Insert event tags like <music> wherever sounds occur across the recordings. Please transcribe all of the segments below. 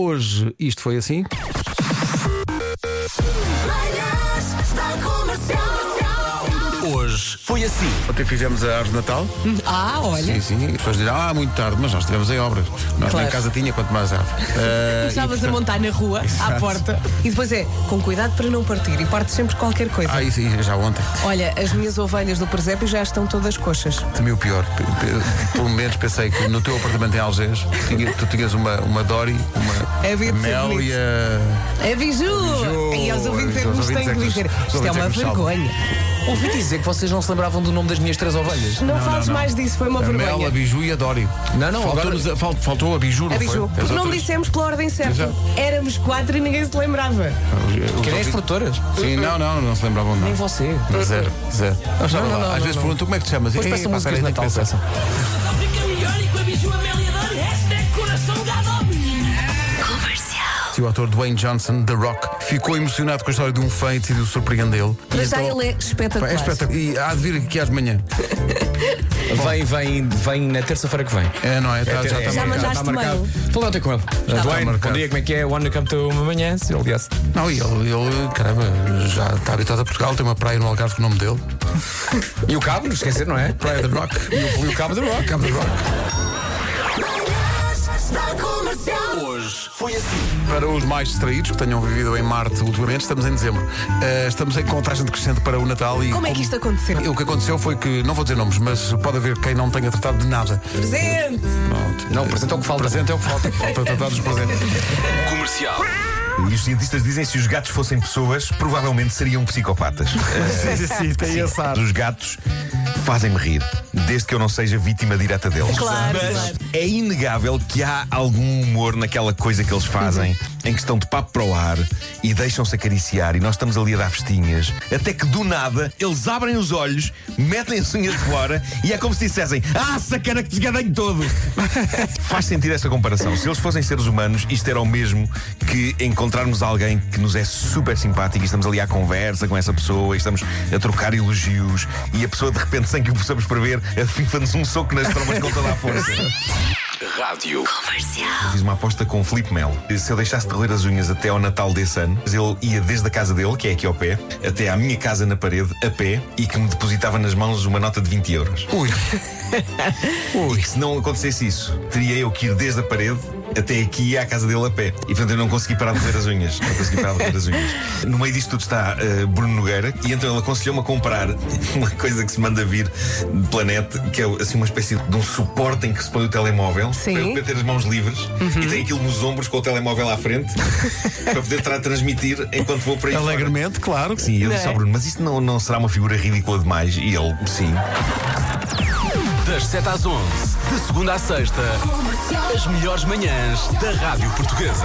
Hoje isto foi assim. Manhãs da Comercial. Hoje. Foi assim. Ontem fizemos a árvore de Natal. Ah, olha. Sim, sim. As pessoas dirão, ah, muito tarde, mas nós estivemos em obras. Nós Claro. nem casa tinha, quanto mais <laughs> árvore. Ah, Começavas e, a portanto, montar na rua, à Exato. porta. E depois é, com cuidado para não partir. E partes sempre qualquer coisa. Ah, isso, isso já ontem. Olha, as minhas ovelhas do presépio já estão todas coxas. Também o pior. P- p- Pelo menos pensei que no teu apartamento em Algés tinha- tu tinhas uma, uma Dory, uma É a vida de ser Mel e bonito. a. É biju! Biju! E aos ouvintes é que Aos ouvintes nos têm é que que nos- dizer. aos Isto é ouvintes é uma que nos salvam. vergonha. Ouvi dizer que vocês não se lembravam do nome das minhas três ovelhas. Não, fales não. mais disso, foi uma A Mel, a vergonha. Biju e a Dory. Não, não, Faltou-nos a- fal- faltou a Biju, não A foi? biju. As Porque não outras- dissemos pela ordem certa. Exato. Éramos quatro e ninguém se lembrava. os- os Que eram as ouvintes- produtoras. Sim, não, não, não se lembravam de Nem nada. você. Zero, zero. Nós estávamos não, lá. Às não, não, vezes não. perguntam como é que te chamas. Depois Ei, peça pá, músicas peraí, de tenho que pensar. Natal, peça. Fica melhor e com a biju a Mel e a Dori. Hashtag coração gado ao menino. Se o ator Dwayne Johnson, The Rock, ficou emocionado com a história de um fã e decidiu surpreendê-lo. Para E já ele é espetacular. Pá, É espetacular. E há de vir aqui às de manhã. Vem, vem, vem na terça-feira que vem. É, não é? Tá- já está Já marcado. mandaste mail. Falei ontem com ele. Dwayne, bom marcado. dia, como é que é? O ano come to amanhã, se aliás. Não, e ele, ele, caramba, já está habitado a Portugal, tem uma praia no Algarve com o nome dele. E o cabo, não esquecer, não é? Praia The Rock. E o cabo do rock. Cabo The Rock. Manhãs da Comercial. Para os mais distraídos que tenham vivido em Marte ultimamente, estamos em dezembro. Eh, estamos em contagem decrescente para o Natal e. Como é que isto aconteceu? O que aconteceu foi que, não vou dizer nomes, mas pode haver quem não tenha tratado de nada. Presente! Pronto. Não, o presente é o que falta. Presente é o que falta. Falta tratar dos <laughs> presentes. E os cientistas dizem que se os gatos fossem pessoas, provavelmente seriam <laughs> psicopatas. Eh, Sim, tem esse ar. os gatos fazem-me rir, desde que eu não seja vítima direta deles. Claro, Mas claro. é inegável que há algum humor naquela coisa que eles fazem, em que estão de papo para o ar e deixam-se acariciar, e nós estamos ali a dar festinhas, até que do nada eles abrem os olhos, metem a unha de fora e é como se dissessem: Ah, sacana que desgadanho todo! <laughs> Faz sentido essa comparação. Se eles fossem seres humanos, isto era o mesmo que encontrarmos alguém que nos é super simpático e estamos ali à conversa com essa pessoa e estamos a trocar elogios e a pessoa de repente, sem que o possamos prever, afifa-nos um soco nas trombas com toda a força. Fiz uma aposta com o Filipe Melo. Se eu deixasse de roer as unhas até ao Natal desse ano, ele ia desde a casa dele, que é aqui ao pé, até à minha casa na parede, a pé, e que me depositava nas mãos uma nota de 20 euros. Ui, E que se não acontecesse isso, teria eu que ir desde a parede até aqui e à casa dele a pé. E portanto eu não consegui parar de roer as unhas. Não consegui parar de roer as unhas. No meio disto tudo está eh, Bruno Nogueira e então ele aconselhou-me a comprar <laughs> uma coisa que se manda vir de planeta, que é assim uma espécie de um suporte em que se põe o telemóvel Sim. Uhum. para eu poder ter as mãos livres e tem aquilo nos ombros com o telemóvel <laughs> à frente para poder estar a transmitir enquanto vou para aí. fora. alegremente, claro. Sim, eu Não disse é? ao Bruno, mas isto não, não será uma figura ridícula demais? E ele, sim. Das 7 às 11, de segunda à sexta, as melhores manhãs da Rádio Portuguesa.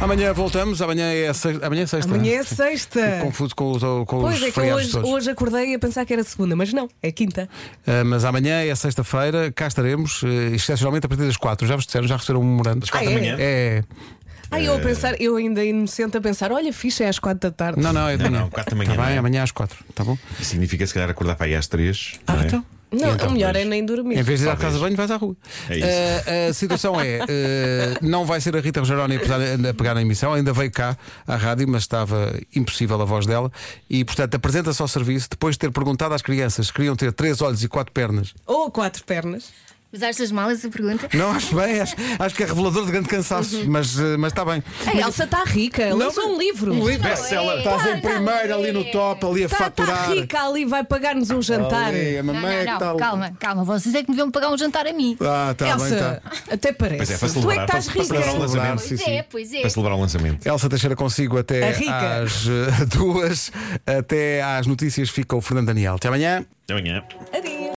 Amanhã voltamos, amanhã é sexta. Amanhã é sexta. Amanhã é Sim. sexta. Confuso com os, com os Pois é que eu feriados hoje, todos. hoje acordei a pensar que era segunda, mas não, é quinta. Ah, mas amanhã é sexta-feira, cá estaremos, eh, excepcionalmente a partir das quatro. Já vos disseram, já receberam um memorando. quatro da Ah, é? manhã? É. Aí eu a pensar, eu ainda inocente a pensar, olha, ficha é às quatro da tarde. Não, não, é de manhã. não, quatro da manhã, Tá não bem, é? amanhã às quatro, tá bom? Significa se calhar acordar para aí às três. Ah, não é? então. Não, Então, o melhor pois. é nem dormir. Em vez de ir à Talvez. casa de banho, vais à rua. É isso. Ah, a situação é: ah, não vai ser a Rita Rogeroni a, a pegar na emissão, ainda veio cá à rádio, mas estava impossível a voz dela. E, portanto, apresenta-se ao serviço depois de ter perguntado às crianças se queriam ter três olhos e quatro pernas. Ou quatro pernas. Mas achas mal essa pergunta? Não acho bem, acho, acho que é revelador de grande cansaço, mas, ah, mas está bem. A Elsa está rica, lançou um livro. Um livro. Best-seller. Estás em primeiro ali no top, ali a Está faturar. Tá, Tá rica ali, vai pagar-nos um jantar. Ali, a Não, mamãe é não, que não, está ali. calma, calma, vocês é que me deviam pagar um jantar a mim. Ah, tá bem, Elsa, tá. até parece. Pois é, tu para é que celebrar, estás para- para rica. celebrar o lançamento. Sim, Pois sim. é, pois é. Para celebrar o lançamento. Elsa Teixeira consigo A até rica. às <laughs> eh, duas, até às notícias fica o Fernando Daniel. Até amanhã. Até amanhã. Adeus.